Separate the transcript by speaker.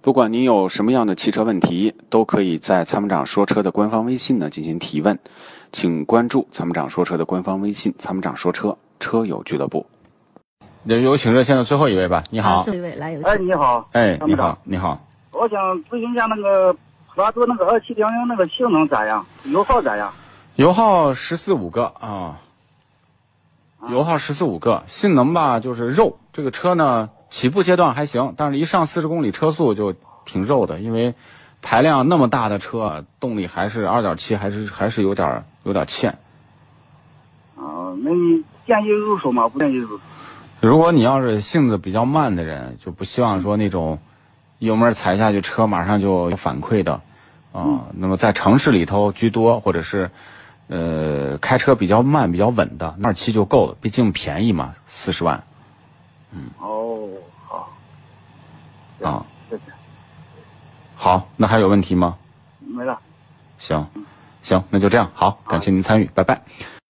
Speaker 1: 不管您有什么样的汽车问题，都可以在参谋长说车的官方微信呢进行提问，请关注参谋长说车的官方微信“参谋长说车车友俱乐部”。有有请热线的最后一位吧，你
Speaker 2: 啊
Speaker 1: 好，
Speaker 2: 最后一位来有
Speaker 3: 哎，
Speaker 2: 请。
Speaker 3: 你好，
Speaker 1: 哎，
Speaker 3: 参
Speaker 1: 你
Speaker 3: 谋长
Speaker 1: 好，你好，
Speaker 3: 我想咨询一下那个普拉多那个二七零零那个性能咋样，油耗咋样？
Speaker 1: 油耗十四五个啊，
Speaker 3: 啊
Speaker 1: 油耗十四五个，性能吧就是肉，这个车呢起步阶段还行，但是一上四十公里车速就挺肉的，因为排量那么大的车，动力还是二点七，还是还是有点有点欠。
Speaker 3: 啊，那你建议入手吗？不建议入手。
Speaker 1: 如果你要是性子比较慢的人，就不希望说那种油门踩下去车马上就有反馈的啊、那么在城市里头居多，或者是呃开车比较慢、比较稳的，那七就够了，毕竟便宜嘛，四十万
Speaker 3: 哦，好，
Speaker 1: 啊。
Speaker 3: 谢谢，
Speaker 1: 好，那还有问题吗？
Speaker 3: 没了。
Speaker 1: 行，行，那就这样。好，感谢您参与，拜拜。